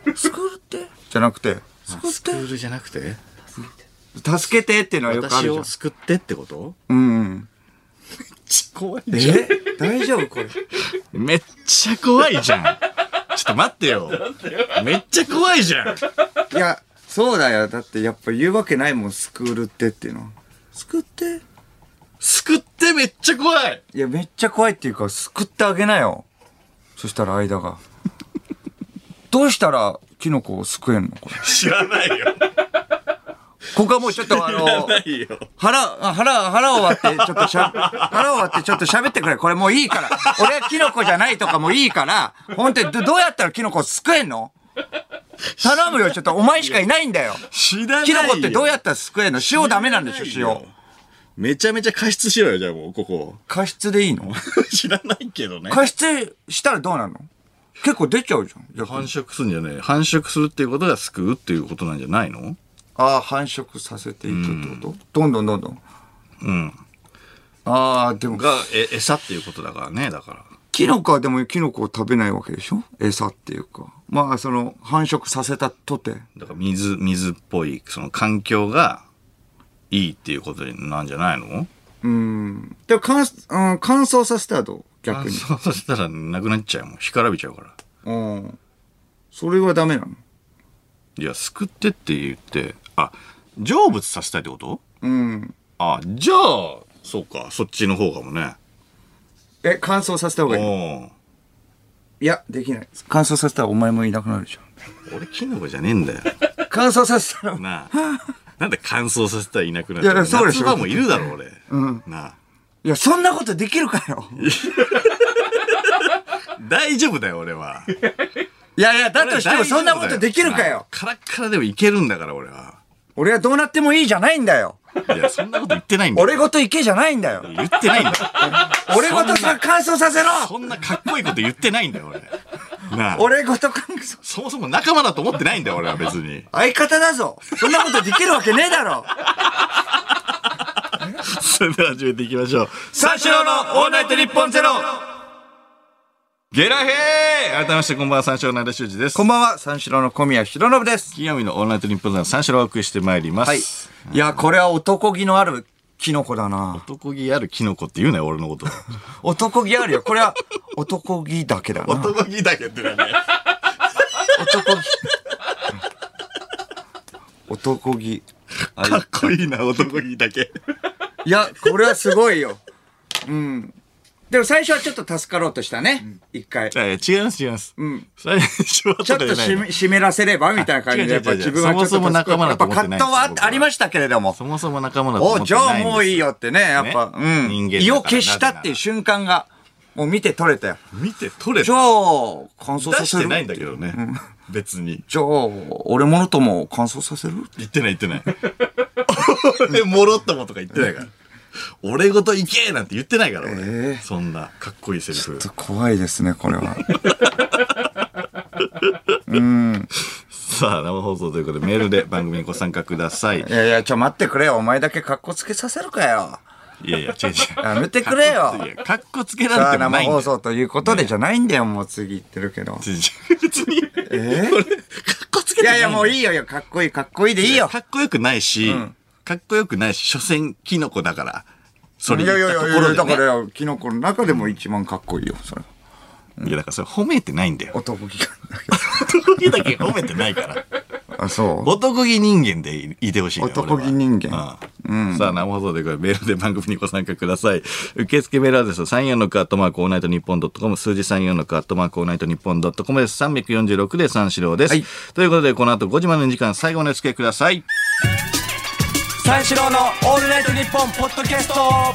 Speaker 1: ゃん。
Speaker 2: スクールってじゃなくて、すくっ
Speaker 1: スクー
Speaker 2: て
Speaker 1: ルじゃなくて
Speaker 2: 助けてっていうのはよくあ
Speaker 1: 私
Speaker 2: るじ
Speaker 1: を
Speaker 2: ゃん。
Speaker 1: 救ってってこと
Speaker 2: うん。
Speaker 1: 怖い
Speaker 2: え大丈夫これ。
Speaker 1: ん。めっちゃ怖いじゃん。ちょっと待ってよ。めっちゃ怖いじゃん。
Speaker 2: いや、そうだよ。だってやっぱ言うわけないもん、スクールってっていうのは。スクって
Speaker 1: 救ってめっちゃ怖い。
Speaker 2: いや、めっちゃ怖いっていうか、すくってあげなよ。そしたら間 (laughs) が。どうしたら、キノコをすくえんのこれ。
Speaker 1: 知らないよ。
Speaker 2: ここはもうちょっとあの、
Speaker 1: ないよ。
Speaker 2: 腹、あ腹、腹を割って、ちょっとしゃ、 (laughs) 腹を割ってちょっと喋ってくれ。これもういいから。俺はキノコじゃないとかもいいから、本当にどどうやったらキノコをすくえんの頼むよ、ちょっとお前しかいないんだよ。
Speaker 1: 知らないよ。
Speaker 2: キノコってどうやったらすくえんの塩ダメなんでし
Speaker 1: 知
Speaker 2: ょ
Speaker 1: らない
Speaker 2: 塩
Speaker 1: よ。。めちゃめちゃ加湿しろよ、じゃあもう、ここ。
Speaker 2: 加湿でいいの
Speaker 1: 知らないけどね。
Speaker 2: 加湿したらどうなの結構出ちゃうじゃん逆
Speaker 1: 繁
Speaker 2: に。
Speaker 1: 殖するんじゃねえ。繁殖するっていうことが救うっていうことなんじゃないの
Speaker 2: ああ、繁殖させていくってことどんどんどんどん。
Speaker 1: うん。
Speaker 2: ああ、でも、
Speaker 1: が、え、餌っていうことだからね、だから。
Speaker 2: キノコはでもキノコを食べないわけでしょ餌っていうか。まあ、その、繁殖させたとて。
Speaker 1: だから水、水っぽい、その環境がいいっていうことなんじゃないの
Speaker 2: ううん。でも乾、うん、乾燥させたらどう逆に。
Speaker 1: そうしたらなくなっちゃうもん。干からびちゃうから。
Speaker 2: うん。それはダメなの
Speaker 1: いや、すくってって言って、あ、成仏させたいってこと
Speaker 2: うん。
Speaker 1: あ、じゃあ、そうか、そっちの方かもね。
Speaker 2: え、乾燥させた方がいい
Speaker 1: お
Speaker 2: いや、できない。乾燥させたらお前もいなくなるじゃ
Speaker 1: お。俺、キノコじゃねえんだよ。 (laughs)
Speaker 2: ん。乾燥させたら、
Speaker 1: なあ。なんで乾燥させたらいなくなっ
Speaker 2: いや
Speaker 1: ちゃ。
Speaker 2: そううでしょ
Speaker 1: 夏場もいるだろ、俺。なあ。
Speaker 2: いや、そんなことできるかよ。
Speaker 1: 大丈夫だよ、俺は。
Speaker 2: いやいや、だとしてもそんなことできるかよ。
Speaker 1: カラッカラでもいけるんだから、俺は。
Speaker 2: 俺はどうなってもいいじゃないんだよ。
Speaker 1: いや、そんなこと言ってないんだよ。
Speaker 2: 俺ごといけじゃないんだよ。
Speaker 1: 言ってないんだよ。
Speaker 2: 俺ごとさ乾燥させろ
Speaker 1: そんなかっこいいこと言ってないんだよ、俺。なあ。
Speaker 2: 俺ごと乾燥。
Speaker 1: そもそも仲間だと思ってないんだよ、俺は別
Speaker 2: (laughs)
Speaker 1: に。
Speaker 2: 相方だぞそんなことできるわけねえだろ
Speaker 1: それでは始めていきましょう。
Speaker 2: 三四郎のオールナイトニッポンゼロ
Speaker 1: ゲラヘー改めましてこんばんは、三四郎の間修二です。
Speaker 2: こんばんは、三四郎の小宮弘信です。
Speaker 1: 金曜日のオールナイトニッポンゼロ三四郎をお送りしてまいりま
Speaker 2: はい
Speaker 1: す。。
Speaker 2: いや、これは男気のあるキノコだな。
Speaker 1: 男気あるキノコって言うなよ、俺のこと。
Speaker 2: 男気あるよ。これは男気だけだな。 (laughs) 男
Speaker 1: 男気だけってなんだよ。
Speaker 2: 気。男気。
Speaker 1: かっこいいな、男気だけ。
Speaker 2: いや、これはすごいよ。うん。でも最初はちょっと助かろうとしたね。一回。
Speaker 1: いやいや違います、違います。
Speaker 2: ん
Speaker 1: 最初は
Speaker 2: ちょ
Speaker 1: じ
Speaker 2: っと
Speaker 1: ゃない
Speaker 2: しめ湿らせればみたいな感じで、
Speaker 1: あ違
Speaker 2: や
Speaker 1: う違う違
Speaker 2: っ
Speaker 1: う
Speaker 2: ぱ自分はちょっと助
Speaker 1: そもそも仲間
Speaker 2: や
Speaker 1: だと
Speaker 2: っぱ
Speaker 1: 思ってな
Speaker 2: 葛
Speaker 1: い
Speaker 2: 藤はあありましたけれども。
Speaker 1: そもそも仲間だと思って
Speaker 2: お
Speaker 1: ない
Speaker 2: じゃあもういい
Speaker 1: よ。
Speaker 2: よってね、やっぱ、
Speaker 1: ね
Speaker 2: うん。
Speaker 1: 人間だから
Speaker 2: 意を消したっていう瞬間が、もう見て取れたよ。
Speaker 1: 見て、取れ
Speaker 2: じゃ
Speaker 1: た。
Speaker 2: あ、乾燥さ
Speaker 1: 出
Speaker 2: せ
Speaker 1: し
Speaker 2: る
Speaker 1: てないんだけどね。別に。
Speaker 2: じゃあ、俺ものとも乾燥させる
Speaker 1: 言ってない言ってない。
Speaker 2: (laughs)
Speaker 1: 俺、もろっともとか言ってないから。俺ごといけなんて言ってないから、俺。
Speaker 2: ええ
Speaker 1: そんな、かっこいいセリフ。
Speaker 2: 怖いですね、これは。
Speaker 1: さあ、生放送ということで、メールで番組にご参加ください。
Speaker 2: いやいや、ちょ、待ってくれよ。お前だけ格好つけさせるかよ。
Speaker 1: いやいや、違う違う。
Speaker 2: やめてくれよ。
Speaker 1: いや、かっこつけ
Speaker 2: さ
Speaker 1: ら
Speaker 2: あ、
Speaker 1: れてもな
Speaker 2: 生
Speaker 1: いんだ
Speaker 2: 放
Speaker 1: よ。
Speaker 2: 送ということでじゃないんだよ、もう次言ってるけど。
Speaker 1: 違う違う別に、俺、かっこつけ
Speaker 2: い
Speaker 1: てないんだよ。
Speaker 2: やいや、もういいよ、いやかっこいい、かっこいいでいいよ。
Speaker 1: かっこよくないし、かっこよくないし、所詮キノコだから。それ
Speaker 2: い
Speaker 1: 言
Speaker 2: やい
Speaker 1: っ
Speaker 2: や
Speaker 1: たと
Speaker 2: い
Speaker 1: こ
Speaker 2: やい
Speaker 1: ろ
Speaker 2: や、
Speaker 1: で、
Speaker 2: だ
Speaker 1: ね。いや
Speaker 2: か
Speaker 1: い
Speaker 2: らよ、キノコの中でも一番かっこいいよ、それ。
Speaker 1: や、だからそれ褒めてないんだよ。
Speaker 2: 男気が。
Speaker 1: 男気だけ褒めてないから。
Speaker 2: あ、そう。
Speaker 1: 男気人間でいてほしいね
Speaker 2: 男気人間
Speaker 1: 俺はうんさあ生放送でこれメールで番組にご参加ください受付メールアドレスは34のカットマークオールナイトニッポンドットコム数字34のカットマークオールナイトニッポンドットコムです346で三四郎です、
Speaker 2: はい
Speaker 1: ということでこの後5時までの時間最後までお付き合いください
Speaker 2: 三四郎のオールナイトニッポンポッドキャスト